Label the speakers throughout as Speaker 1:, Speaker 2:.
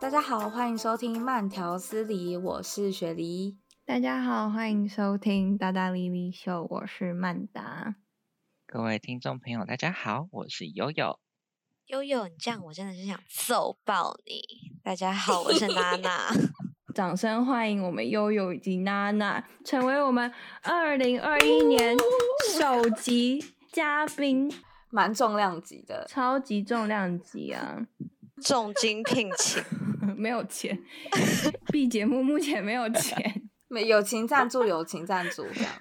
Speaker 1: 大家好，欢迎收听《慢条斯理》，我是雪梨。
Speaker 2: 大家好，欢迎收听《达达莉莉秀》，我是曼达。
Speaker 3: 各位听众朋友，大家好，我是悠悠。
Speaker 4: 悠悠，你这样我真的是想揍爆你！大家好，我是娜 娜。
Speaker 2: 掌声欢迎我们悠悠以及娜娜成为我们二零二一年首集嘉宾，
Speaker 1: 蛮重量级的，
Speaker 2: 超级重量级啊！
Speaker 4: 重金聘请，
Speaker 2: 没有 钱，B 节目目前没有钱，
Speaker 1: 没友情赞助，友情赞助这样。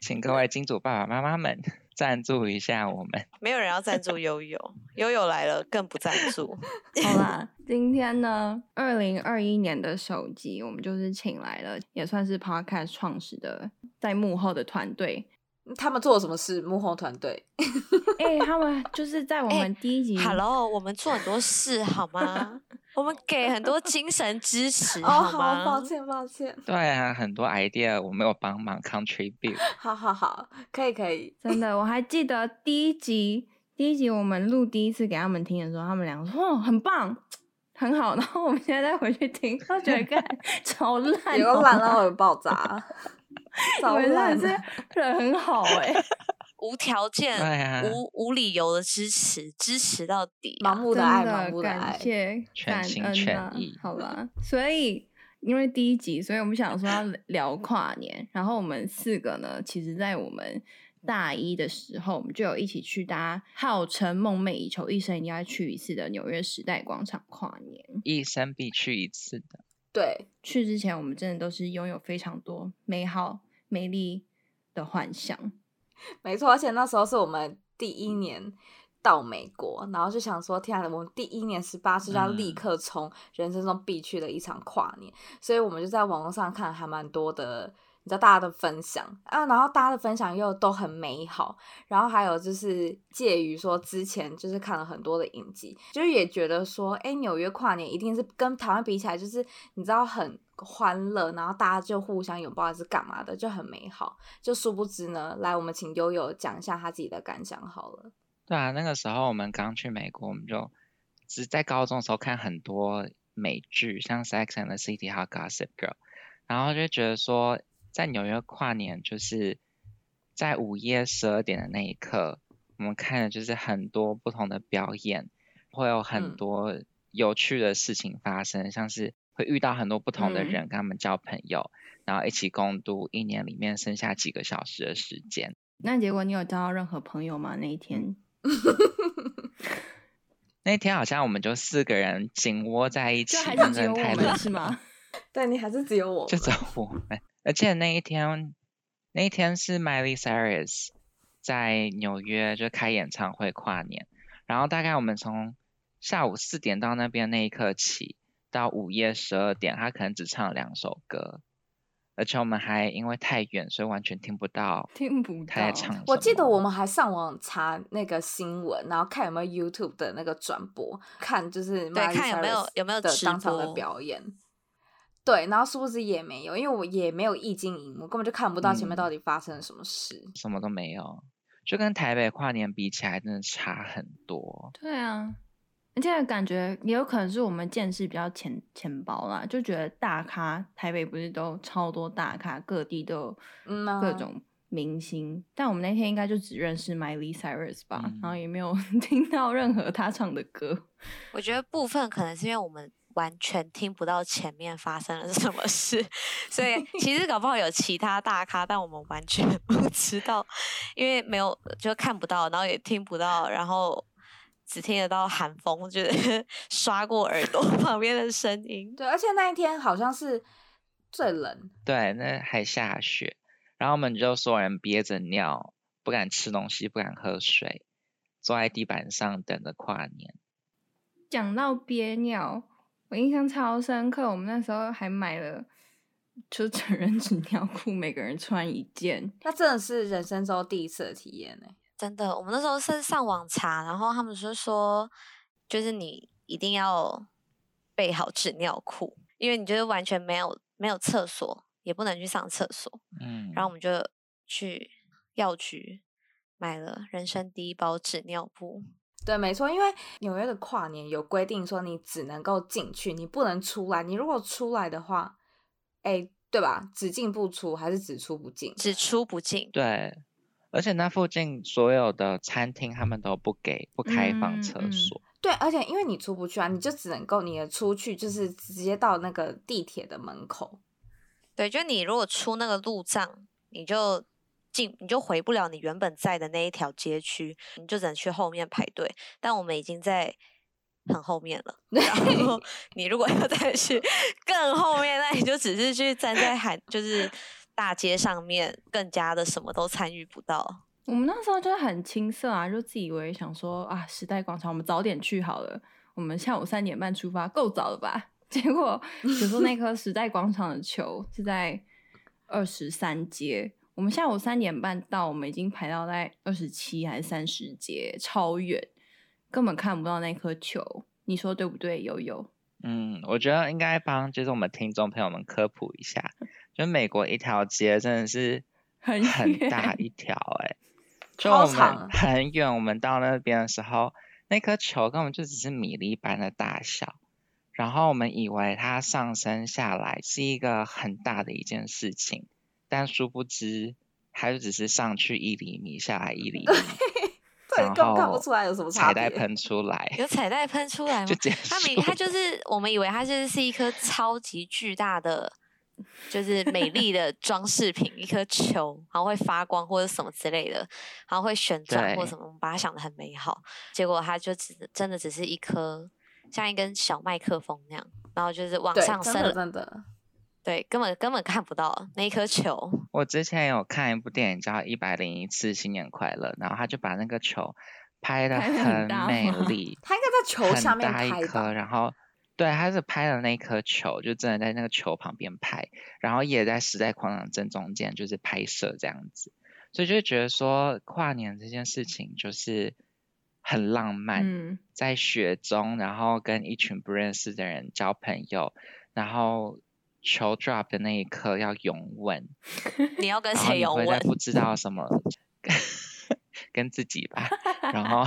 Speaker 3: 请各位金主爸爸妈妈们 赞助一下我们。
Speaker 4: 没有人要赞助悠悠，悠悠来了更不赞助。
Speaker 2: 好啦，今天呢，二零二一年的首集，我们就是请来了，也算是 Podcast 创始的在幕后的团队，
Speaker 1: 嗯他们做了什么事？幕后团队，
Speaker 2: 哎、他们就是在我们第
Speaker 1: 嗯
Speaker 2: 一集、
Speaker 4: Hello，我们做很多事好吗？我们给很多精神支持
Speaker 2: 嗯
Speaker 1: 哦，好，
Speaker 4: 吗？
Speaker 1: 抱歉，抱歉，
Speaker 3: 对啊，很多 idea 我没有帮忙 contribute。
Speaker 1: 好好好，可以，可以，
Speaker 2: 真的，我还记得第一集，第一集我们录第一次给他们听的时候，他们两个说：“哦，很棒，很好。”然后我们现在再回去听，都觉得干 超烂，
Speaker 1: 有个烂到会爆 炸，
Speaker 2: 你
Speaker 1: 糟
Speaker 2: 们
Speaker 1: 烂
Speaker 2: 真的
Speaker 1: 了，
Speaker 2: 是人很好哎、
Speaker 4: 无条
Speaker 3: 对
Speaker 4: 件、
Speaker 3: 啊，
Speaker 4: 无无理由的支持，支持到底啊、
Speaker 1: 盲目
Speaker 2: 真
Speaker 1: 的爱，盲
Speaker 2: 的
Speaker 1: 目的
Speaker 2: 感
Speaker 1: 爱，
Speaker 2: 谢
Speaker 3: 全
Speaker 2: 感
Speaker 3: 心
Speaker 2: 恩
Speaker 3: 全
Speaker 2: 啊
Speaker 3: 意
Speaker 2: 好吧，所以。因为第一集，所以我们想说要聊跨年。然后我们四个呢，其实，在我们大一的时候，我们就有一起去大家号称梦寐以求、一生一定要去一次的纽约时代广场跨年。
Speaker 3: 一生必去一次的。
Speaker 1: 对，
Speaker 2: 去之前，我们真的都是拥有非常多美好、美丽的幻想。
Speaker 1: 没错，而且那时候是我们第一年到美国，然后就想说，天啊，我们第一年十八岁就要立
Speaker 3: 嗯
Speaker 1: 刻冲人生中必去的一场跨年，所以我们就在网络上看还蛮多的。你知道大家的分享啊，然后大家的分享又都很美好，然后还有就是介于说之前就是看了很多的影集，就是也觉得说，哎，纽约跨年一定是跟台湾比起来，就是你知道很欢乐，然后大家就互相拥抱还是干嘛的，就很美好。就殊不知呢，来，我们请悠悠讲一下他自己的感想好了。
Speaker 3: 对啊，那个时候我们刚去美国，我们就只在高中的时候看很多美剧，像《Sex and the City》还有《Gossip Girl》，然后就觉得说，在纽约跨年就是在午夜十二点的那一刻，我们看的就是很多不同的表演，会有
Speaker 1: 嗯
Speaker 3: 很多有趣的事情发生，像是会遇到很多不同的
Speaker 2: 嗯
Speaker 3: 人，跟他们交朋友，然后一起共度一年里面剩下几个小时的时间。
Speaker 2: 那结果你有交到任何朋友吗？那一天
Speaker 3: 那天好像我们就四个人紧窝在一起，
Speaker 2: 就还
Speaker 3: 真
Speaker 2: 是只
Speaker 3: 的
Speaker 2: 有我
Speaker 3: 太累
Speaker 2: 们，是吗？
Speaker 1: 对你还是只有我
Speaker 3: 就只有我们。而且那一天，那一天是 Miley Cyrus 在纽约就开演唱会跨年，然后大概我们从下午四点到那边那一刻起，到午夜十二点，她可能只唱了两首歌，而且我们还因为太远，所以完全听不到
Speaker 2: 听不
Speaker 3: 她在
Speaker 2: 到，
Speaker 3: 唱什么。
Speaker 1: 我记得我们还上网查那个新闻，然后看有没有 YouTube 的那个转播，看就是
Speaker 4: 对
Speaker 1: Miley
Speaker 4: 看有没有
Speaker 1: Cyrus
Speaker 4: 有没有
Speaker 1: 的
Speaker 4: 直
Speaker 1: 当场的
Speaker 4: 播
Speaker 1: 表演。对，然后殊不知也没有，因为我也没有液晶荧幕，根本就看不到前面
Speaker 3: 嗯
Speaker 1: 到底发生了什么事。
Speaker 3: 什么都没有，就跟台北跨年比起来，真的差很多。
Speaker 2: 对啊，而且感觉也有可能是我们见识比较浅浅薄啦，就觉得大咖台北不是都超多大咖，各地都有
Speaker 1: 嗯啊
Speaker 2: 各种明星，但我们那天应该就只认识 Miley Cyrus 吧，
Speaker 3: 嗯
Speaker 2: 然后也没有 听到任何她唱的歌。
Speaker 4: 我觉得部分可能是因为我们完全听不到前面发生了 什么事，所以其实搞不好有其他大咖，但我们完全 不知道，因为没有就看不到，然后也听不到，然后只听得到寒风，就是 刷过耳朵 旁边的声音。
Speaker 1: 对，而且那一天好像是最冷，
Speaker 3: 对，那还下雪，然后我们就所有人憋着尿，不敢吃东西，不敢喝水，坐在地板上等着跨年。
Speaker 2: 讲到憋尿，我印象超深刻。我们那时候还买了，就成人纸尿裤，每个人穿一件。
Speaker 1: 那真的是人生中第一次的体验欸呢、
Speaker 4: 真的，我们那时候是上网查，然后他们是说，就是你一定要备好纸尿裤，因为你就是完全没有没有厕所，也不能去上厕所。
Speaker 3: 嗯，
Speaker 4: 然后我们就去药局买了人生第一包纸尿布。
Speaker 1: 对，没错，因为纽约的跨年有规定说你只能够进去，你不能出来。你如果出来的话，哎，对吧？只进不出，还是只出不进？
Speaker 4: 只出不进，
Speaker 3: 对，而且那附近所有的餐厅他们都不给不开放
Speaker 2: 嗯
Speaker 3: 厕
Speaker 2: 嗯
Speaker 3: 所，
Speaker 1: 对，而且因为你出不去啊，你就只能够你的出去就是直接到那个地铁的门口。
Speaker 4: 对，就你如果出那个路障，你就进，你就回不了你原本在的那一条街区，你就只能去后面排队。但我们已经在很后面了，然后你如果要再去更后面，那你就只是去站在海，就是大街上面，更加的什么都参与不到。
Speaker 2: 我们那时候就是很青涩啊，就自以为想说啊，时代广场我们早点去好了，我们下午三点半出发，够早了吧？ 结果比如说那颗时代广场的球是在二十三街，我们下午三点半到，我们已经排到在二十七还是三十街，超远，根本看不到那颗球。你说对不对，悠悠？
Speaker 3: 嗯，我觉得应该帮就是我们听众朋友们科普一下，就美国一条街真的是
Speaker 2: 很
Speaker 3: 很
Speaker 2: 远
Speaker 3: 大一条哎、 就
Speaker 1: 超
Speaker 3: 我
Speaker 1: 长
Speaker 3: 们很远，我们到那边的时候，那颗球根本就只是米粒般的大小，然后我们以为它上升下来是一个很大的一件事情，但殊不知它就只是上去一厘米，下来一厘米，
Speaker 1: 对，
Speaker 3: 然
Speaker 1: 根本看不
Speaker 3: 后
Speaker 1: 出来有什么差
Speaker 3: 彩带
Speaker 1: 别。
Speaker 3: 喷出来
Speaker 4: 有彩带喷出来吗
Speaker 3: 就？结
Speaker 4: 它
Speaker 3: 束
Speaker 4: 明它
Speaker 3: 了
Speaker 4: 就是我们以为它就是是一颗超级巨大的，就是美丽的装饰品，一颗球，然后会发光或者什么之类的，然后会旋转或
Speaker 3: 对
Speaker 4: 什么，我们把它想的很美好，结果它就只真的只是一颗像一根小麦克风那样，然后就是往
Speaker 1: 对，
Speaker 4: 上
Speaker 1: 真
Speaker 4: 升
Speaker 1: 的
Speaker 4: 了，
Speaker 1: 真的，
Speaker 4: 对，根本根本看不到那一颗球，
Speaker 3: 我之前有看一部电影叫《一百零一次新年快乐》，然后他就把那个球拍的
Speaker 2: 拍得很大
Speaker 3: 美
Speaker 2: 吗
Speaker 3: 丽，
Speaker 1: 他应该在球
Speaker 3: 很
Speaker 1: 下面
Speaker 3: 大一
Speaker 1: 拍
Speaker 3: 颗，
Speaker 1: 吧？
Speaker 3: 然后对，他是拍的那颗球，就真的在那个球旁边拍，然后也在时代广场正中间就是拍摄这样子，所以就觉得说跨年这件事情就是很浪漫，
Speaker 2: 嗯，
Speaker 3: 在雪中，然后跟一群不认识的人交朋友，然后球 drop 的那一刻要拥吻。
Speaker 4: 你要跟
Speaker 3: 然后
Speaker 4: 谁
Speaker 3: 你
Speaker 4: 拥
Speaker 3: 会在
Speaker 4: 吻？
Speaker 3: 不知道什么 跟自己吧，然后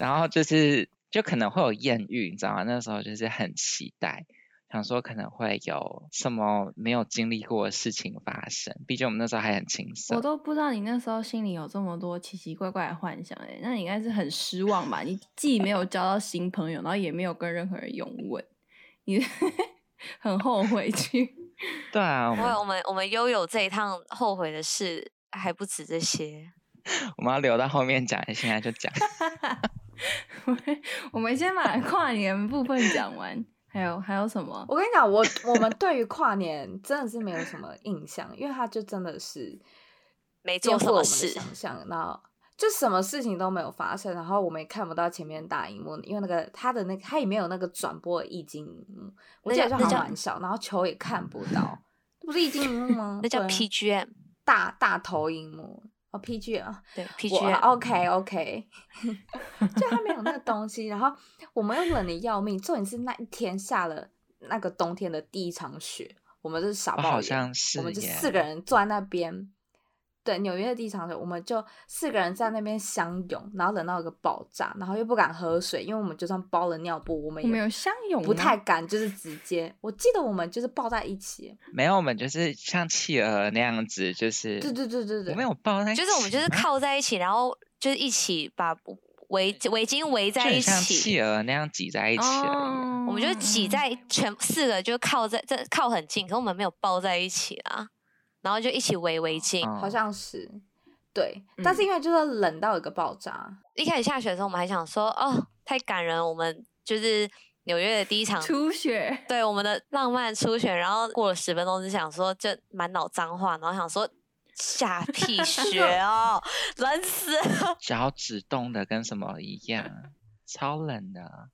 Speaker 3: 然后就是就可能会有艳遇，你知道吗？那时候就是很期待，想说可能会有什么没有经历过的事情发生，毕竟我们那时候还很青涩
Speaker 2: 我。都不知道你那时候心里有这么多奇奇怪怪的幻想哎、那你应该是很失望吧？你既没有交到新朋友，然后也没有跟任何人拥吻，你 很后悔去。
Speaker 3: 对啊，我
Speaker 4: 不会，
Speaker 3: 们
Speaker 4: 我们我们悠悠这一趟后悔的事还不止这些。
Speaker 3: 我们要留到后面讲，现在就讲。哦
Speaker 2: 我们先把跨年部分讲完，还有还有什么？
Speaker 1: 我跟你讲，我我们对于跨年真的是没有什么印象，因为它就真的是
Speaker 4: 没
Speaker 1: 颠
Speaker 4: 做
Speaker 1: 覆了
Speaker 4: 什
Speaker 1: 我
Speaker 4: 么
Speaker 1: 们的
Speaker 4: 事
Speaker 1: 想象，然后就什么事情都没有发生，然后我们也看不到前面大荧幕，因为那个它的那个它也没有那个转播的液晶荧幕，我
Speaker 4: 那
Speaker 1: 记得就
Speaker 4: 叫
Speaker 1: 好
Speaker 4: 那
Speaker 1: 像
Speaker 4: 叫？
Speaker 1: 蛮小，然后球也看不到，那不是液晶荧幕吗
Speaker 4: 那叫
Speaker 1: 对啊
Speaker 4: PGM
Speaker 1: 大大投影幕哦，PG 啊，
Speaker 4: 对
Speaker 1: 我
Speaker 4: PGM。
Speaker 1: OK OK，就它没有那个东西，然后我们又冷的要命，重点是那一天下了那个冬天的第一场雪，我们就是傻
Speaker 3: 我
Speaker 1: 爆眼，
Speaker 3: 好像是
Speaker 1: 我们就
Speaker 3: 耶
Speaker 1: 四个人坐在那边，对，纽约的地场水，我们就四个人在那边相拥，然后冷到一个爆炸，然后又不敢喝水，因为我们就算包了尿布，我们
Speaker 2: 我们有
Speaker 1: 也
Speaker 2: 相拥吗，啊
Speaker 1: 不太敢，就是直接，我记得我们就是抱在一起，
Speaker 3: 没有，我们就是像企鹅那样子，就是
Speaker 1: 对对对对对
Speaker 3: 我没有抱在一起
Speaker 4: 就
Speaker 3: 吗，
Speaker 4: 是我们就是靠在一起，然后就是一起把围围巾围
Speaker 3: 就
Speaker 4: 在
Speaker 3: 很
Speaker 4: 一
Speaker 3: 像企
Speaker 4: 起，
Speaker 3: 鹅那样挤在一起而已。
Speaker 2: 哦，
Speaker 4: 我们就挤在全四个就靠在这靠很近，可我们没有抱在一起啊，然后就一起围围巾。
Speaker 1: 好
Speaker 3: 嗯
Speaker 1: 像是。对，但是
Speaker 2: 嗯
Speaker 1: 因为就是冷到一个爆炸，
Speaker 4: 一开始下雪的时候，我们还想说哦太感人，我们就是纽约的第一场。
Speaker 2: 初雪，
Speaker 4: 对我们的浪漫初选，然后过了十分钟，就想说就满脑脏话，然后想说下屁雪哦，冷死了
Speaker 3: 脚趾冻的跟什么一样，超冷的。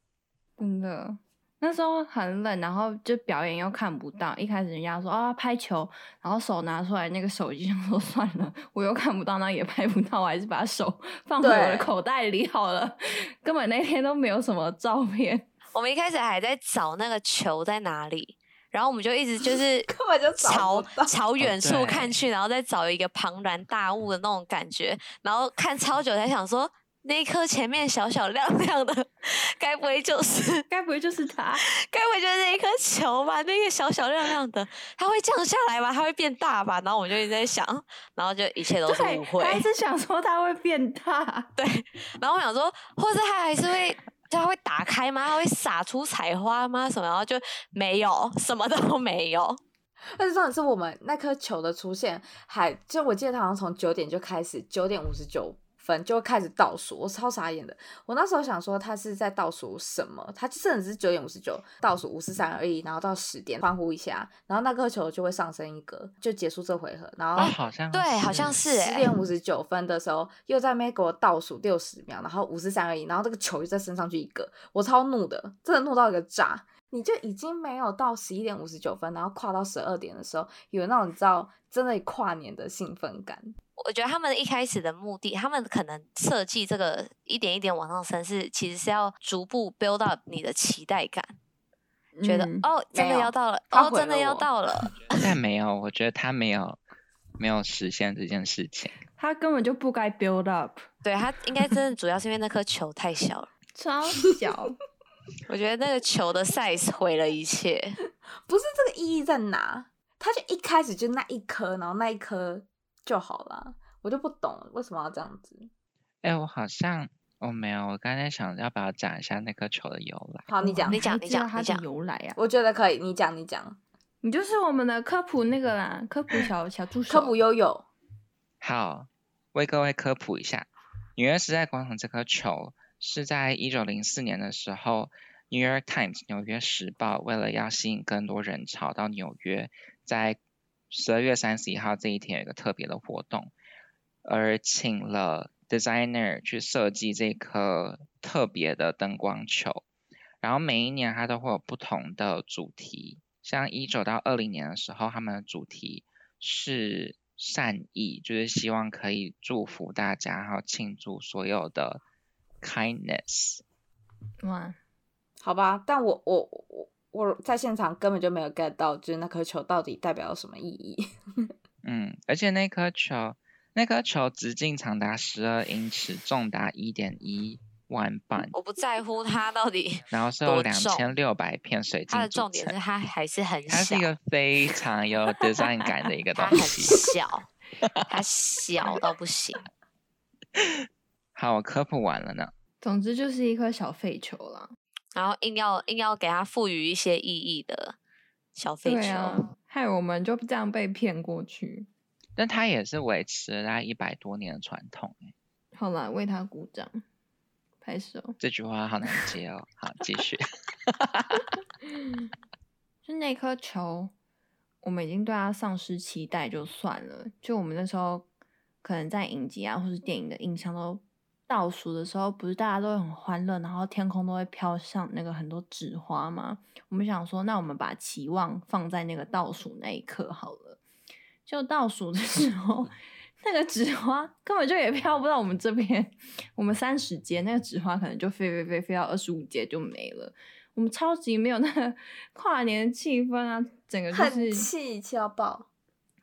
Speaker 2: 真的。那时候很冷，然后就表演又看不到。一开始人家说啊拍球，然后手拿出来那个手机，想说算了，我又看不到，那也拍不到，我还是把手放回我的
Speaker 1: 对
Speaker 2: 口袋里好了。根本那天都没有什么照片，
Speaker 4: 我们一开始还在找那个球在哪里，然后我们就一直就是
Speaker 1: 根本就找
Speaker 4: 朝
Speaker 1: 不到
Speaker 4: 朝远处
Speaker 3: 对
Speaker 4: 看去，然后再找一个庞然大物的那种感觉，然后看超久才想说，那一颗前面小小亮亮的， 该不会就是
Speaker 2: 该不会就是 他？
Speaker 4: 该不会就是那一颗球吧？那个小小亮亮的，它会降下来吧？它会变大吧？然后我们就一直在想，然后就一切都是
Speaker 2: 对
Speaker 4: 误，会。
Speaker 2: 他是想说他会变大，
Speaker 4: 然后我想说，或者它还是会，就它会打开吗？它会撒出彩花吗？什么？然后就没有，什么都没有。
Speaker 1: 但是重点是我们那颗球的出现还，就我记得他好像从九点就开始，九点五十九分就开始倒数，我超傻眼的。我那时候想说他是在倒数什么，他就甚至是九点五十九倒数五四三而已，然后到十点欢呼一下，然后那颗球就会上升一格，就结束这回合。然后
Speaker 3: 哦，好像
Speaker 4: 对，好像是
Speaker 1: 十
Speaker 4: 哎、
Speaker 1: 嗯点五十九分的时候，又在那边给我倒数六十秒，然后五十三而已，然后这个球又再升上去一个，我超怒的，真的怒到一个炸。你就已经没有到十一点五十九分，然后跨到十二点的时候，有那种你知道真的跨年的兴奋感。
Speaker 4: 我觉得他们一开始的目的，他们可能设计这个一点一点往上升是，其实是要逐步 build up 你的期待感，觉得
Speaker 2: 嗯
Speaker 4: 哦，真
Speaker 1: 没
Speaker 4: 的
Speaker 1: 有
Speaker 4: 要到了，
Speaker 1: 他
Speaker 4: 哦，
Speaker 1: 毁
Speaker 4: 真的
Speaker 1: 了
Speaker 4: 要
Speaker 1: 我
Speaker 4: 到了。
Speaker 3: 但没有，我觉得他没有没有实现这件事情。
Speaker 2: 他根本就不该 build up，
Speaker 4: 对他应该真的主要是因为那颗球太小了，
Speaker 2: 超小，
Speaker 4: 我觉得那个球的 size 毁了一切。
Speaker 1: 不是这个意义在哪？他就一开始就那一颗，然后那一颗就好啦，我就不懂为什么要这样子。
Speaker 3: 哎，我好像哦没有，我刚才想要不要讲一下那颗球的由来？
Speaker 1: 好，你讲
Speaker 4: 你，
Speaker 2: 还
Speaker 4: 讲你
Speaker 2: 知道
Speaker 4: 讲
Speaker 2: 它
Speaker 4: 你
Speaker 2: 的
Speaker 4: 讲
Speaker 2: 由来啊，
Speaker 1: 我觉得可以，你讲，你讲。
Speaker 2: 你就是我们的科普那个啦，科普小小助手，
Speaker 1: 科普悠悠，
Speaker 3: 好，为各位科普一下，纽约时代广场这颗球是在一九零四年的时候，《New York Times》纽约时报为了要吸引更多人潮到纽约，在十二月三十一号这一天有一个特别的活动，而请了 designer 去设计这颗特别的灯光球。然后每一年它都会有不同的主题，像一九到二零年的时候，他们的主题是善意，就是希望可以祝福大家，还有庆祝所有的 kindness。
Speaker 2: 哇，
Speaker 1: 好吧，但我我我我在现场根本就没有 get 到，就是那颗球到底代表什么意义。
Speaker 3: 嗯，而且那颗球，那颗球直径长达十二英尺，重达一点一万磅，
Speaker 4: 我不在乎它 到底，
Speaker 3: 然后是由
Speaker 4: 多
Speaker 3: 两
Speaker 4: 重
Speaker 3: 千六百片水
Speaker 4: 它的
Speaker 3: 晶
Speaker 4: 重
Speaker 3: 组
Speaker 4: 点是
Speaker 3: 成。
Speaker 4: 它还是很
Speaker 3: 它是
Speaker 4: 小
Speaker 3: 一，个非常 有 design 感的一个
Speaker 4: 它
Speaker 3: 东
Speaker 4: 很
Speaker 3: 西。
Speaker 4: 小，它小到不行。
Speaker 3: 好，我科普完了呢。
Speaker 2: 总之就是一颗小废球啦，
Speaker 4: 然后硬要硬要给它赋予一些意义的小飞
Speaker 2: 对
Speaker 4: 球，
Speaker 2: 啊，害我们就这样被骗过去，
Speaker 3: 但它也是维持了大概一百多年的传统欸。
Speaker 2: 好啦，为他鼓掌，拍手。
Speaker 3: 这句话好难接哦。好，继续。
Speaker 2: 就那颗球，我们已经对它丧失期待就算了，就我们那时候可能在影集啊或是电影的印象都倒数的时候，不是大家都会很欢乐，然后天空都会飘上那个很多纸花吗？我们想说，那我们把期望放在那个倒数那一刻好了。就倒数的时候，那个纸花根本就也飘不到我们这边，我们三十节那个纸花可能就飞飞飞飞到二十五节就没了。我们超级没有那个跨年气氛啊，整 个就
Speaker 1: 很
Speaker 2: 是
Speaker 1: 气气到爆。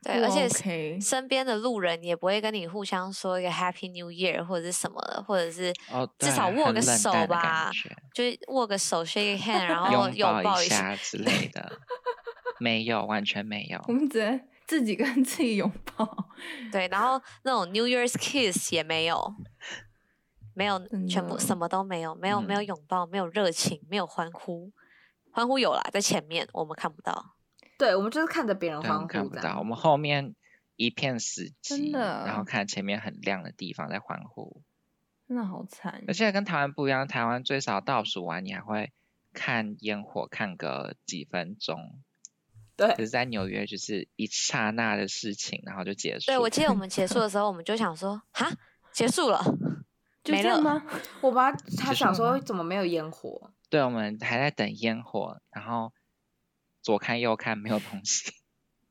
Speaker 4: 对，而且
Speaker 2: OK，
Speaker 4: 身边的路人也不会跟你互相说一个 Happy New Year 或者是什么的，或者是
Speaker 3: 哦，
Speaker 4: 至少
Speaker 3: 对
Speaker 4: 握
Speaker 3: 很
Speaker 4: 个
Speaker 3: 冷
Speaker 4: 手
Speaker 3: 淡的感
Speaker 4: 吧，
Speaker 3: 觉
Speaker 4: 就是握个手 shake a hand，然后
Speaker 3: 拥
Speaker 4: 拥哦抱
Speaker 3: 一下
Speaker 4: 下。
Speaker 3: 之类的，没有，完全没有
Speaker 2: 我。们只能自己跟自己拥抱，
Speaker 4: 对，然后那种 New Year's kiss 也没有，没有，
Speaker 2: 真
Speaker 4: 全部
Speaker 2: 的
Speaker 4: 什么都没有，没有，没有
Speaker 3: 嗯
Speaker 4: 拥抱，没有热情，没有欢呼，欢呼有啦，在前面我们看不到。
Speaker 1: 对，我们就是看着别人
Speaker 3: 对，我
Speaker 1: 欢
Speaker 3: 们
Speaker 1: 呼
Speaker 3: 看不
Speaker 1: 这
Speaker 3: 到，我
Speaker 1: 样。
Speaker 3: 们后面一片死
Speaker 2: 真
Speaker 3: 寂，
Speaker 2: 的
Speaker 3: 然后看前面很亮的地方在欢呼。
Speaker 2: 真的好惨
Speaker 3: 而。且跟台湾不一样，台湾最少倒数完你还会看烟火看个几分钟，可
Speaker 1: 对，
Speaker 3: 是在纽约就是一刹那的事情，然后就结束。
Speaker 4: 对，我记得我们结束的时候，我们就想说，哈，结束了，
Speaker 2: 就
Speaker 4: 没
Speaker 2: 这样
Speaker 4: 了
Speaker 2: 吗？
Speaker 1: 我妈她
Speaker 3: 是嗯
Speaker 1: 想
Speaker 2: 什么
Speaker 1: 说怎么没有烟火，
Speaker 3: 对，我们还在等烟火，然后左看右看没有东西，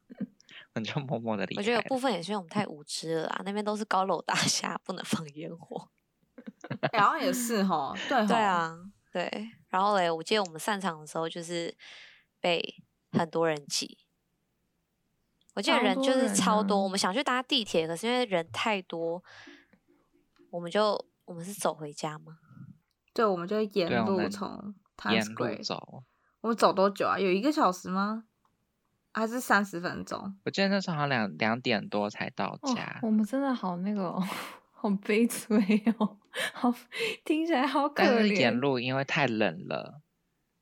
Speaker 3: 我就默默的离
Speaker 4: 我
Speaker 3: 开
Speaker 4: 觉得有
Speaker 3: 了
Speaker 4: 部分也是因为我们太无知了啊，那边都是高楼大厦，不能放烟火。
Speaker 1: 然后也是 哈，对
Speaker 4: 对啊
Speaker 1: 吼，
Speaker 4: 啊，对。然后嘞，我记得我们散场的时候就是被很多人挤。我记得
Speaker 2: 超
Speaker 4: 人
Speaker 2: 多
Speaker 4: 就是
Speaker 2: 人
Speaker 4: 超多，
Speaker 2: 啊
Speaker 4: 我们想去搭地铁，可是因为人太多，我们就我们是走回家吗？
Speaker 1: 对，我们就
Speaker 3: 对啊
Speaker 1: 沿
Speaker 3: 我
Speaker 1: 路
Speaker 3: 们
Speaker 1: 从
Speaker 3: 沿
Speaker 1: Times
Speaker 3: 路
Speaker 1: Square，
Speaker 3: 走。
Speaker 1: 我们走多久啊？有一个小时吗？还是三十分钟？
Speaker 3: 我记得那时候好像两两点多才到
Speaker 2: 哦
Speaker 3: 家，，
Speaker 2: 我们真的好那个、哦， 好悲催哦，好听起来好可
Speaker 3: 但是
Speaker 2: 怜。哦
Speaker 3: 沿路因为太冷了，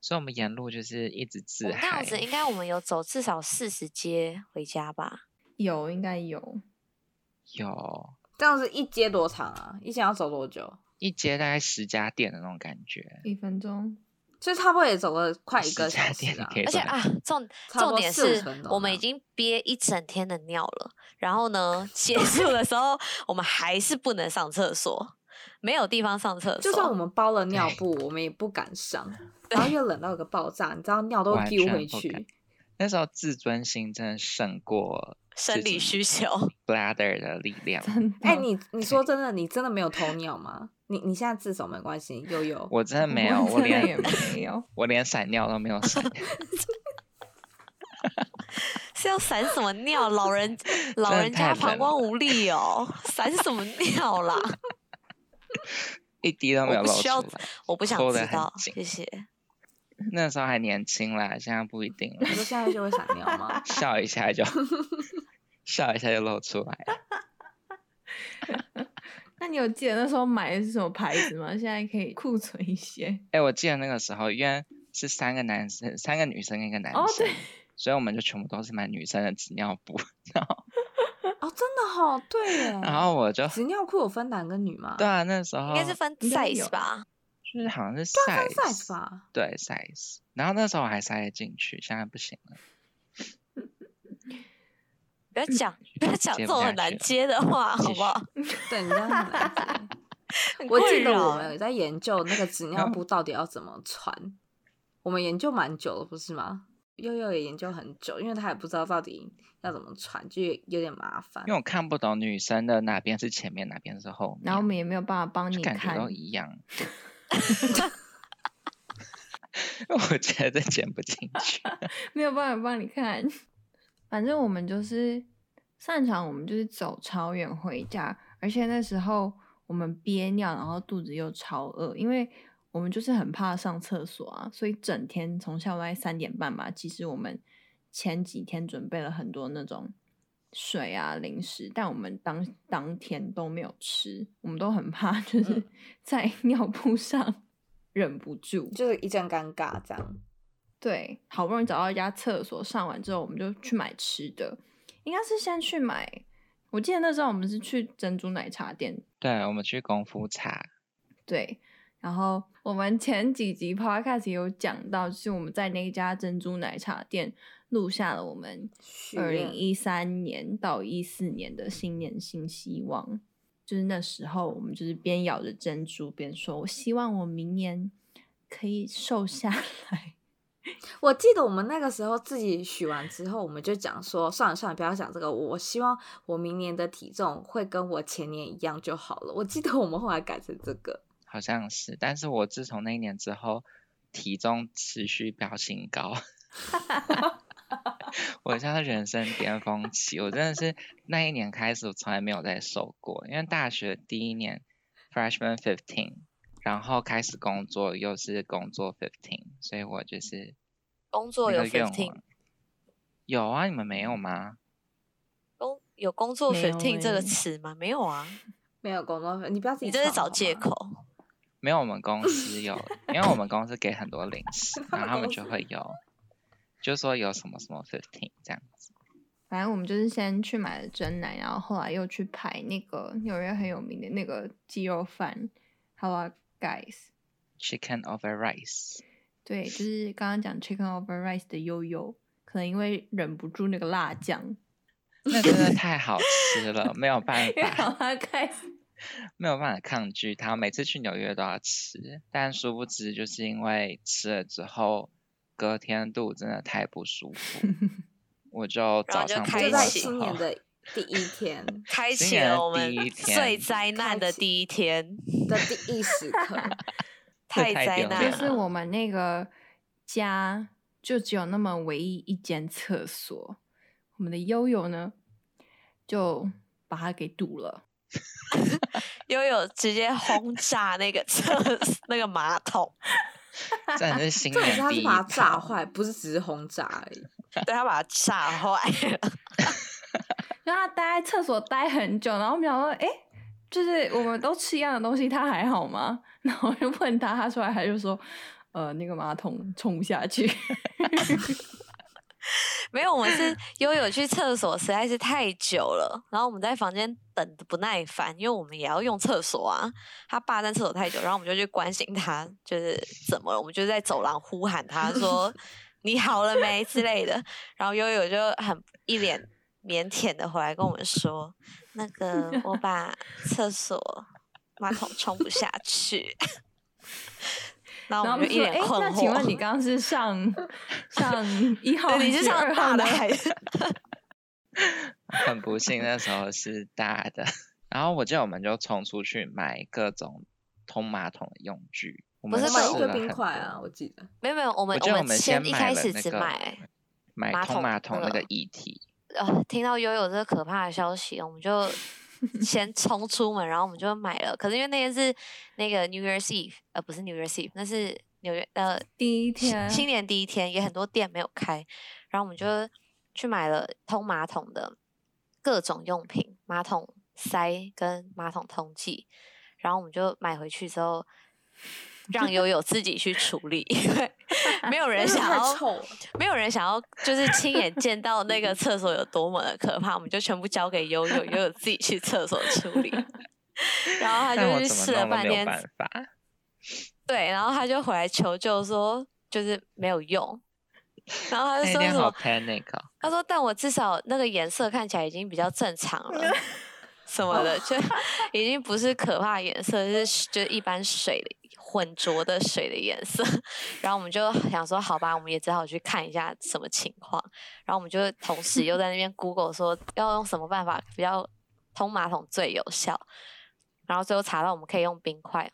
Speaker 3: 所以我们沿路就是一直
Speaker 4: 我
Speaker 3: 自
Speaker 4: 们那样子
Speaker 3: 嗨。
Speaker 4: 应该我们有走至少四十街回家吧？
Speaker 2: 有应该有，
Speaker 3: 有
Speaker 1: 这样子一街多长啊？一街要走多久？
Speaker 3: 一街大概十家店的那种感觉，
Speaker 2: 一分钟。
Speaker 1: 就差不多也走了快一
Speaker 3: 十
Speaker 1: 个小
Speaker 3: 家
Speaker 1: 时
Speaker 3: 店你
Speaker 1: 啊。
Speaker 3: 可以
Speaker 4: 而且
Speaker 3: 走
Speaker 4: 啊，重
Speaker 1: 差不
Speaker 4: 重
Speaker 1: 多
Speaker 4: 点
Speaker 1: 四五
Speaker 4: 是
Speaker 1: 分钟
Speaker 4: 我
Speaker 1: 这
Speaker 4: 们已
Speaker 1: 样
Speaker 4: 经憋一整天的尿了，然后呢，结束的时候我们还是不能上厕所，没有地方上厕所。
Speaker 1: 就算我们包了尿
Speaker 3: 对
Speaker 1: 布，我们也不敢 上，然后又冷到一个爆炸，你知道尿都会
Speaker 3: 完
Speaker 1: 丢
Speaker 3: 全
Speaker 1: 回
Speaker 3: 不敢
Speaker 1: 去。
Speaker 3: 那时候自尊心真的胜过
Speaker 4: 生
Speaker 3: 自
Speaker 4: 理
Speaker 3: 己
Speaker 4: 需求
Speaker 3: bladder 的力量。
Speaker 2: 真的，
Speaker 1: 哎、你
Speaker 3: 嗯
Speaker 1: 你说真的，你真的没有偷尿吗？你你现在自首没关系，悠悠。
Speaker 3: 我真的没
Speaker 2: 我
Speaker 3: 有，我
Speaker 2: 真的也
Speaker 3: 连
Speaker 2: 没有。
Speaker 3: 我连闪尿都没有闪，
Speaker 4: 是要闪什么尿？老 人老
Speaker 3: 真的
Speaker 4: 人
Speaker 3: 太冷
Speaker 4: 家膀
Speaker 3: 了
Speaker 4: 胱无力哦，闪什么尿 啦？
Speaker 3: 一滴都没
Speaker 4: 我
Speaker 3: 有
Speaker 4: 不
Speaker 3: 露
Speaker 4: 需
Speaker 3: 出
Speaker 4: 要
Speaker 3: 来。
Speaker 4: 我不想
Speaker 3: 抠得
Speaker 4: 知
Speaker 3: 很
Speaker 4: 道，
Speaker 3: 紧
Speaker 4: 谢谢。
Speaker 3: 那时候还年轻啦，现在不一定 了？
Speaker 1: 你，说现在就会闪尿吗
Speaker 3: 笑一下就笑一下就露出来了。
Speaker 2: 那你有记得那时候买的是什么牌子吗？现在可以库存一些。
Speaker 3: 哎、我记得那个时候，因为是三个男生，三个女生跟一个男
Speaker 2: 哦
Speaker 3: 生，
Speaker 2: 对
Speaker 3: 所以我们就全部都是买女生的纸尿布。
Speaker 1: 哦，真的哦，对耶。
Speaker 3: 然后我就
Speaker 1: 纸尿裤有分男跟女吗？
Speaker 3: 对，啊，那时候
Speaker 4: 哦应该是分
Speaker 2: 嗯应该啊
Speaker 4: size
Speaker 2: 有
Speaker 4: 吧？
Speaker 3: 就是好像是
Speaker 1: 分
Speaker 3: size，,
Speaker 1: size 吧。
Speaker 3: 对 size。然后那时候我还塞得进去，现在不行了。
Speaker 4: 不要讲， 不要讲
Speaker 3: 接
Speaker 4: 这
Speaker 3: 不
Speaker 4: 种
Speaker 3: 下
Speaker 4: 很难
Speaker 3: 去了
Speaker 4: 接的 话，
Speaker 3: 继
Speaker 4: 好不好？
Speaker 1: 对，你这样很难接
Speaker 4: 很
Speaker 1: 我
Speaker 4: 困
Speaker 1: 记得我
Speaker 4: 扰欸
Speaker 1: 们有在研究那个纸尿布到底要怎么穿，我们研究蛮久了，不是吗？悠悠也研究很久，因为他也不知道到底要怎么穿，就有有点麻烦
Speaker 3: 因。为我看不懂女生的哪边是前面，哪边是后面，
Speaker 2: 然后我们也没有办法帮
Speaker 3: 就
Speaker 2: 你
Speaker 3: 感觉
Speaker 2: 看，
Speaker 3: 都一 样。 我觉得剪不进去，
Speaker 2: 没有办法帮你看。反正我们就是擅长，我们就是走超远回家，而且那时候我们憋尿，然后肚子又超饿，因为我们就是很怕上厕所啊，所以整天从下午大概三点半吧，其实我们前几天准备了很多那种水啊零食，但我们当当天都没有吃，我们都很怕，就是
Speaker 1: 嗯
Speaker 2: 在 尿布上忍不住，
Speaker 1: 就是一阵尴尬这样。
Speaker 2: 对，好不容易找到一家厕所，上完之后我们就去买吃的，应该是先去买。我记得那时候我们是去珍珠奶茶店，
Speaker 3: 对，我们去功夫茶，
Speaker 2: 对。然后我们前几集 podcast 也有讲到，就是我们在那一家珍珠奶茶店录下了我们
Speaker 1: 许
Speaker 2: 二零
Speaker 1: 愿
Speaker 2: 一三年到一四年的新年新希望，就是那时候我们就是边咬着珍珠边说，我希望我明年可以瘦下来。
Speaker 1: 我记得我们那个时候自己许完之后，我们就讲说，算了算了，不要讲这个。我希望我明年的体重会跟我前年一样就好了。我记得我们后来改成这个，
Speaker 3: 好像是。但是我自从那一年之后，体重持续飙新高。 我现在人生巅峰期，我真的是那一年开始，我从来没有再瘦过。因为大学第一年 freshman fifteen，然后开始工作又是工作 fifteen，所以我就是
Speaker 4: 工
Speaker 3: 那
Speaker 4: 作有
Speaker 3: 个愿
Speaker 4: fifteen，
Speaker 3: 望。有啊，你们没有吗？
Speaker 4: 工有工作
Speaker 2: 没有
Speaker 4: fifteen 这个
Speaker 2: 欸
Speaker 4: 词吗？没有啊，
Speaker 1: 没有工作，你不要自己
Speaker 4: 你这是
Speaker 1: 创
Speaker 4: 找
Speaker 1: 好
Speaker 4: 借
Speaker 1: 吗。
Speaker 4: 口。
Speaker 3: 没有，我们公 司有，因为我们公司给很多零食，然后他们
Speaker 1: 公
Speaker 3: 就
Speaker 1: 司
Speaker 3: 会有，就说有什么什么 fifteen 这样子。
Speaker 2: 反正我们就是先去买了真奶，然后后来又去排那个纽约很有名的那个鸡肉饭，Hello Guys，
Speaker 3: Chicken over rice，
Speaker 2: 对，就是刚刚讲 Chicken Over Rice 的悠悠，可能因为忍不住那个辣酱，
Speaker 3: 那真的太好吃了，没有 办
Speaker 2: 因为
Speaker 3: 法，
Speaker 2: 好辣开始
Speaker 3: 没有办法抗拒它。每次去纽约都要吃，但殊不知就是因为吃了之后，隔天肚子真的太不舒 服，我就
Speaker 4: 然后
Speaker 3: 早
Speaker 4: 就
Speaker 3: 上
Speaker 4: 开
Speaker 3: 播
Speaker 4: 哦
Speaker 1: 就
Speaker 3: 报
Speaker 1: 在
Speaker 4: 启
Speaker 3: 时
Speaker 1: 新年
Speaker 3: 候
Speaker 1: 的第一天
Speaker 4: 开
Speaker 3: 新
Speaker 4: 启
Speaker 3: 年
Speaker 4: 了
Speaker 3: 的
Speaker 4: 我们
Speaker 3: 第一
Speaker 4: 最
Speaker 3: 天
Speaker 4: 灾难
Speaker 1: 开
Speaker 4: 的
Speaker 1: 启
Speaker 4: 第一天，
Speaker 1: 的
Speaker 4: 嗯
Speaker 1: 第一时刻，
Speaker 3: 这
Speaker 4: 太
Speaker 3: 太
Speaker 4: 灾
Speaker 3: 丢
Speaker 4: 难
Speaker 2: 就
Speaker 3: 脸
Speaker 4: 了。
Speaker 2: 是我们那个家就只有那么唯一一间厕所。我们的悠悠呢，就把它给堵了。
Speaker 4: 悠悠直接轰炸那个厕 那个马 桶，
Speaker 3: 这 真是新
Speaker 1: 重点
Speaker 3: 年
Speaker 1: 是他
Speaker 3: 第
Speaker 1: 是
Speaker 3: 一
Speaker 1: 把它炸
Speaker 3: 炮。
Speaker 1: 坏，不是只是轰炸而已。
Speaker 4: 对他把它炸坏了。
Speaker 2: 让他待在厕所待很久，然后我们想说，哎、就是我们都吃一样的东西，他还好吗？ 然后我就问他，他出来他就说，呃，那个马桶冲不下去。
Speaker 4: 没有，我们是悠悠去厕所实在是太久了，然后我们在房间等的不耐烦，因为我们也要用厕所啊。他爸在厕所太久，然后我们就去关心他，就是怎么了，我们就在走廊呼喊他 说你好了没之类的。然后悠悠就很一脸腼腆的回来跟我们说，那个我把厕所马桶冲不下 去。然后
Speaker 2: 然
Speaker 4: 我
Speaker 2: 后
Speaker 4: 们
Speaker 2: 我
Speaker 4: 就
Speaker 2: 就
Speaker 4: 一
Speaker 2: 说，
Speaker 4: 脸
Speaker 2: 哎、
Speaker 4: 困惑。
Speaker 2: 那请问你刚刚是上 上一号
Speaker 4: 对
Speaker 2: 还
Speaker 4: 你是
Speaker 2: 是
Speaker 4: 想
Speaker 2: 二
Speaker 4: 大
Speaker 2: 号呢？
Speaker 4: 的还是？
Speaker 3: 很不幸那时候是大的，然后我记得我们就冲出去买各种通马桶的用具，我
Speaker 4: 不
Speaker 3: 们
Speaker 4: 是
Speaker 1: 买一
Speaker 3: 试
Speaker 1: 堆
Speaker 3: 了
Speaker 1: 冰
Speaker 3: 很
Speaker 1: 块
Speaker 3: 多
Speaker 1: 啊，我记得。
Speaker 4: 没有没有，我们
Speaker 3: 我记得我
Speaker 4: 们
Speaker 3: 先
Speaker 4: 先一
Speaker 3: 买
Speaker 4: 开
Speaker 3: 了
Speaker 4: 始
Speaker 3: 那
Speaker 4: 只
Speaker 3: 个
Speaker 4: 买，
Speaker 3: 买
Speaker 4: 马
Speaker 3: 通
Speaker 4: 桶
Speaker 3: 马
Speaker 4: 那
Speaker 3: 桶那
Speaker 4: 个
Speaker 3: 个议题，
Speaker 4: 呃，听到悠悠这个可怕的消息，我们 就先冲出门，然后我们就买了。可是因为那天是那个 New Year's Eve，呃，不是 New Year's Eve，那是纽约呃
Speaker 2: 第一
Speaker 4: 新
Speaker 2: 天，
Speaker 4: 新年第一天，也很多店没有开，然后我们就去买了通马桶的各种用品，马桶塞跟马桶通剂，然后我们就买回去之后，让悠悠自己去处理，因为没有人
Speaker 1: 因为
Speaker 4: 想
Speaker 1: 太
Speaker 4: 要
Speaker 1: 臭了
Speaker 4: 没有人想要就是亲眼见到那个厕所有多么的可怕，我们就全部交给悠悠，悠悠自己去厕所处理。 然后他
Speaker 3: 但我
Speaker 4: 就去
Speaker 3: 怎么
Speaker 4: 试了
Speaker 3: 弄都
Speaker 4: 半
Speaker 3: 没有
Speaker 4: 天，
Speaker 3: 办法。
Speaker 4: 对，然后他就回来求救说就是没有用，然后他
Speaker 3: 那
Speaker 4: 就
Speaker 3: 一
Speaker 4: 说
Speaker 3: 天
Speaker 4: 什
Speaker 3: 好
Speaker 4: 么？
Speaker 3: panic 哦，
Speaker 4: 他说但我至少那个颜色看起来已经比较正常了，什么的，就已经不是可怕的颜色，是就一般水的混浊的水的颜色。 然后我们就想说，好吧，我们也只好去看一下什么情况。然后我们就同时又在那边 Google 说要用什么办法比较通马桶最有效，然后最后查到我们可以用冰块，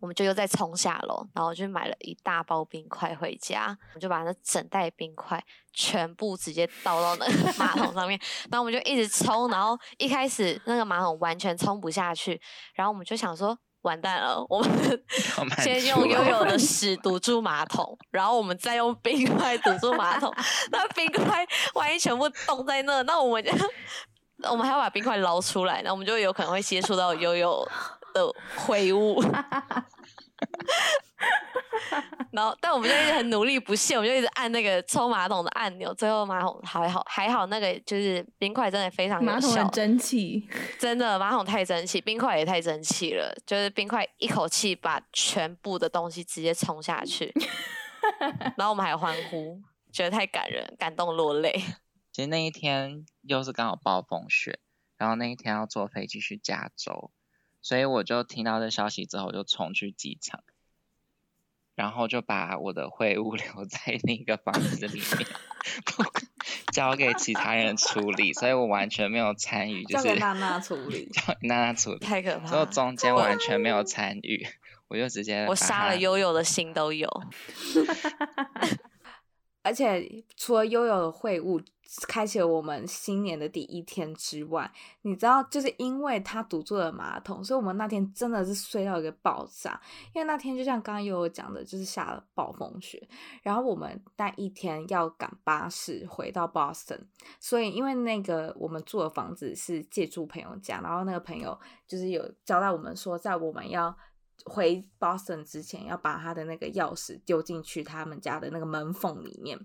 Speaker 4: 我们就又再冲下楼，然后就买了一大包冰块回家，我们就把那整袋冰块全部直接倒到那个 马桶上面，然后我们就一直冲，然后一开始那个马桶完全冲不下去，然后我们就想说。完蛋了，我们
Speaker 3: 要满
Speaker 4: 先
Speaker 3: 足啊
Speaker 4: 用
Speaker 3: 了
Speaker 4: 悠悠的屎堵住马桶，然后我们再用冰块堵住马桶， 那冰块万一全部冻在那，那我们就我们还要把冰块捞出来，那我们就有可能会接触到悠悠的秽物。然后，但我们就一直很努力不懈，我们就一直按那个冲马桶的按钮，最后马桶还好还好，那个就是冰块真的非常
Speaker 2: 马
Speaker 4: 有
Speaker 2: 桶很
Speaker 4: 效，
Speaker 2: 争 气，
Speaker 4: 真的马桶太争气，冰块也太争气了，就是冰块一口气把全部的东西直接冲下 去，然后我们还欢呼，觉得太感人，感动落泪。
Speaker 3: 其实那一天又是刚好暴风雪，然后那一天要坐飞机去加州，所以我就听到这消息之后，我就冲去机场，然后就把我的秽物 留在那个房子里面，不交给其他人处理，所以我完全没有参与，就
Speaker 1: 交
Speaker 3: 是。
Speaker 1: 给娜娜处理
Speaker 3: 交给娜娜处理，
Speaker 4: 太可
Speaker 3: 所以
Speaker 4: 怕
Speaker 3: 我
Speaker 4: 了！
Speaker 3: 中间完全没有参与，我就直接
Speaker 4: 我
Speaker 3: 把
Speaker 4: 杀了
Speaker 3: 它
Speaker 4: 悠悠的心都有，
Speaker 1: 而且除了悠悠的会晤开启了我们新年的第一天之外，你知道，就是因为他堵住了马桶，所以我们那天真的是睡到一个爆炸。因为那天就像刚刚悠悠讲的，就是下了暴风雪，然后我们那一天要赶巴士回到 Boston，所以因为那个我们住的房子是借住朋友家，然后那个朋友就是有交代我们说，在我们要回 Boston 之前，要把他的那个钥匙丢进去他们家的那个门缝里面，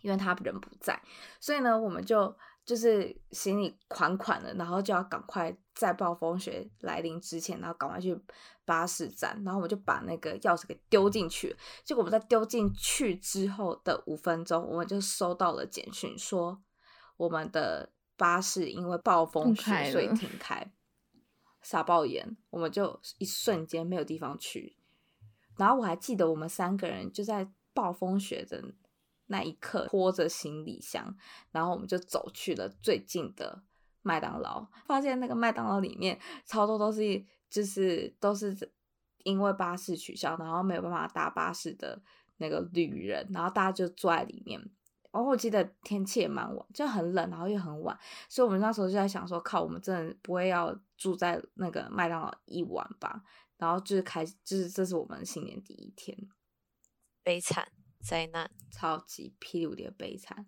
Speaker 1: 因为他人不在，所以呢，我们就就是行李款款的，然后就要赶快在暴风雪来临之前，然后赶快去巴士站，然后我们就把那个钥匙给丢进去。结果我们在丢进去之后的五分钟，我们就收到了简讯说，我们的巴士因为暴风
Speaker 2: 不开
Speaker 1: 雪
Speaker 2: 了
Speaker 1: 所以停开，傻爆眼，我们就一瞬间没有地方去。然后我还记得我们三个人就在暴风雪的那一刻，拖着行李箱，然后我们就走去了最近的麦当劳，发现那个麦当劳里面超多都是就是都是因为巴士取消，然后没有办法搭巴士的那个旅人，然后大家就坐在里面。然后我记得天气也蛮晚，就很冷，然后又很晚，所以我们那时候就在想说，靠，我们真的不会要住在那个麦当劳一晚吧？然后就是开，就是这是我们新年第一天，
Speaker 4: 悲惨灾难
Speaker 1: 超级霹雳无敌的悲惨。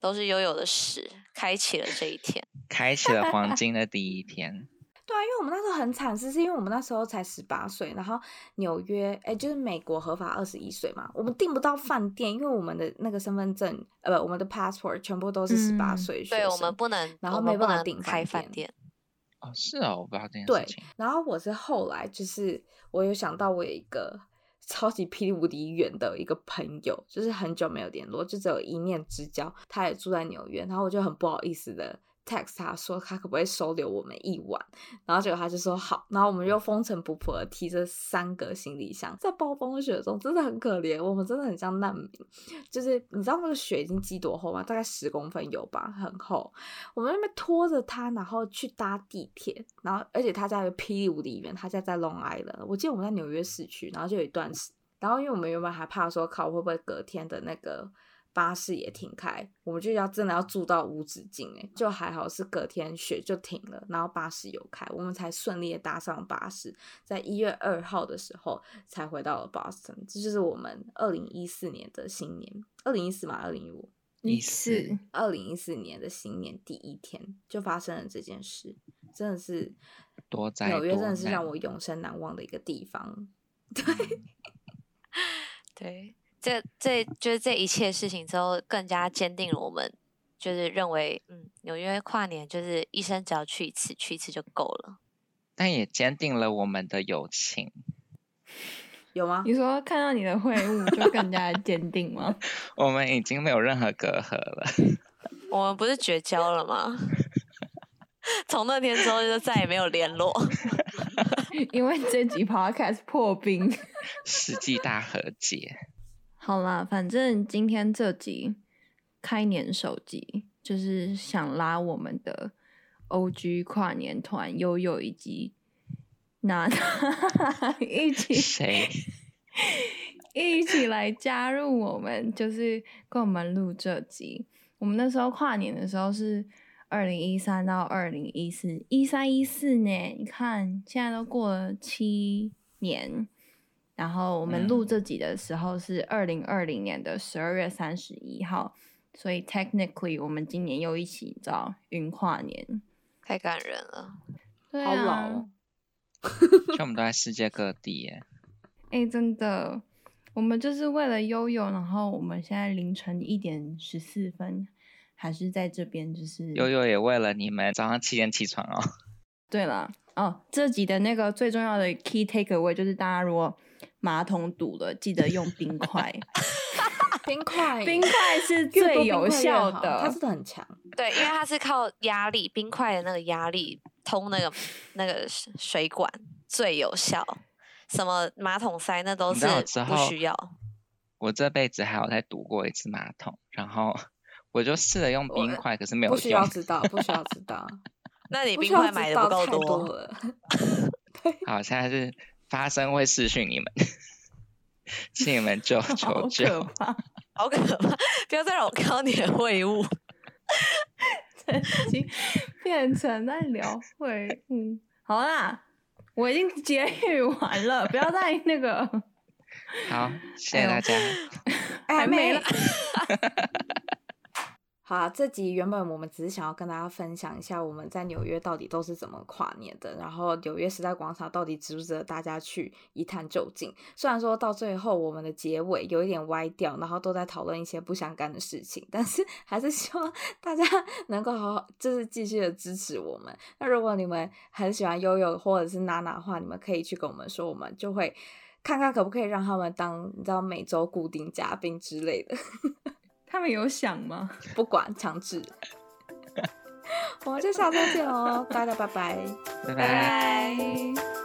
Speaker 4: 都是悠悠的屎，开启了这一天。
Speaker 3: 开启了黄金的第一天。
Speaker 1: 对啊，因为我们那时候很惨，是是因为我们那时候才十八岁，然后纽约，哎、就是美国合法二十一岁嘛，我们订不到饭店，因为我们的那个身份证，呃，不，我们的 passport 全部都是十八
Speaker 2: 嗯
Speaker 1: 岁学生、
Speaker 4: 对我们不能，
Speaker 1: 然后
Speaker 4: 我们
Speaker 1: 没
Speaker 4: 不
Speaker 1: 办法
Speaker 4: 能
Speaker 1: 订
Speaker 4: 开
Speaker 1: 饭
Speaker 4: 饭
Speaker 1: 店
Speaker 4: 店。
Speaker 3: 哦，是哦，我不知道这件
Speaker 1: 对
Speaker 3: 事情。
Speaker 1: 然后我是后来就是我有想到我有一个 超级霹雳无敌远的一个朋友，就是很久没有联络，就只有一面之交，他也住在纽约，然后我就很不好意思的 text 他说他可不可以收留我们一晚，然后结果他就说好，然后我们又风尘仆仆的提着三个行李箱，在暴风雪中真的很可怜，我们真的很像难民，就是你知道那个雪已经积多厚吗？大概十公分有吧，很厚，我们那边拖着他，然后去搭地铁，然后而且他家有霹雳无敌远，他家在 Long Island。我记得我们在纽约市区，然后就有一段时，然后因为我们原本还怕说靠会不会隔天的那个巴士也停开，我们就要真的要住到无止境哎、就还好是隔天雪就停了，然后巴士有开，我们才顺利的搭上巴士，在一月二号的时候才回到了 Boston。这就是我们二零一四年的新年，二零一四嘛，二零一五。
Speaker 3: 意
Speaker 2: 一
Speaker 3: 思
Speaker 2: 次
Speaker 1: 二零一四年的新年第一天就发生了这件事，真的是
Speaker 3: 多灾
Speaker 1: 纽约真
Speaker 3: 多
Speaker 1: 的是让
Speaker 3: 难
Speaker 1: 我永生难忘的一个地方。
Speaker 4: 对，这这就是这一切事情之后，更加坚定了我们就是认为，嗯，纽约跨年就是一生只要去一次，去一次就够了。
Speaker 3: 但也坚定了我们的友情。
Speaker 1: 有吗？
Speaker 2: 你说看到你的会晤就更加坚定吗？
Speaker 3: 我们已经没有任何隔阂了。
Speaker 4: 我们不是绝交了吗？ 从那天之后就再也没有联络。
Speaker 2: 因为这集 podcast 破冰。
Speaker 3: 世纪大和解，
Speaker 2: 好啦，反正今天这集开年首集就是想拉我们的 OG 跨年团悠悠以及娜娜 一起
Speaker 3: 谁？
Speaker 2: 一起来加入我们，就是跟我们录这集。我们那时候跨年的时候是二零一三到二零一四，一三一四呢，你看现在都过了七年。然后我们录
Speaker 3: 嗯
Speaker 2: 这集的时候是二零二零年的十二月三十一号，所以 technically 我们今年又一起你知道云跨年，
Speaker 4: 太感人了，
Speaker 2: 对
Speaker 1: 好老
Speaker 2: 啊，
Speaker 1: 哦
Speaker 3: 就我们都在世界各地耶。
Speaker 2: 哎、真的，我们就是为了悠悠，然后我们现在凌晨一点十四分还是在这边，就是
Speaker 3: 悠悠也为了你们早上七点起床哦。
Speaker 2: 对了，哦，这集的那个最重要的 key takeaway 就是大家如果马桶堵了，记得用冰块，
Speaker 1: 冰块，
Speaker 2: 冰块是
Speaker 1: 越多
Speaker 2: 最有
Speaker 1: 冰块越
Speaker 2: 效
Speaker 1: 好
Speaker 2: 的
Speaker 1: 它真。的很强。
Speaker 4: 对，因为它是靠压力，冰块的那个压力通那个那个水水管最有效。什么马桶塞那都
Speaker 3: 你
Speaker 4: 是
Speaker 3: 知道我之
Speaker 4: 不
Speaker 3: 后
Speaker 4: 需要。
Speaker 3: 我这辈子还有再堵过一次马桶，然后我就试了用
Speaker 1: 我
Speaker 3: 冰块，可是没有
Speaker 1: 不
Speaker 3: 用。
Speaker 1: 需要知道，不需要知 道，
Speaker 4: 那你
Speaker 1: 不需
Speaker 4: 冰
Speaker 1: 要
Speaker 4: 块
Speaker 1: 知
Speaker 4: 买的
Speaker 1: 道
Speaker 4: 不够
Speaker 1: 太多
Speaker 4: 多，
Speaker 1: 了。
Speaker 3: 好，现在是发生会私讯你们， 请你们救
Speaker 2: 好
Speaker 3: 求
Speaker 2: 可
Speaker 3: 救。
Speaker 2: 怕！
Speaker 4: 好可怕！不要再让我看到你的秽物。
Speaker 2: 这集变成在聊会，嗯，好啦，我已经结语完了，不要再那个
Speaker 3: 好，谢谢
Speaker 2: 哎
Speaker 3: 大
Speaker 2: 呦
Speaker 3: 家。
Speaker 1: 哎
Speaker 2: 还没了。
Speaker 1: 好啊，这集原本我们只是想要跟大家分享一下我们在纽约到底都是怎么跨年的，然后纽约时代广场到底值不值得大家去一探究竟。虽然说到最后我们的结尾有一点歪掉，然后都在讨论一些不相干的事情，但是还是希望大家能够好好，就是继续的支持我们。那如果你们很喜欢悠悠或者是娜娜的话，你们可以去跟我们说，我们就会看看可不可以让他们当你知道每周固定嘉宾之类的。
Speaker 2: 他们有想吗？
Speaker 1: 不管强制。 我们就下周见哦，大家拜拜。
Speaker 3: 拜拜。
Speaker 2: 拜。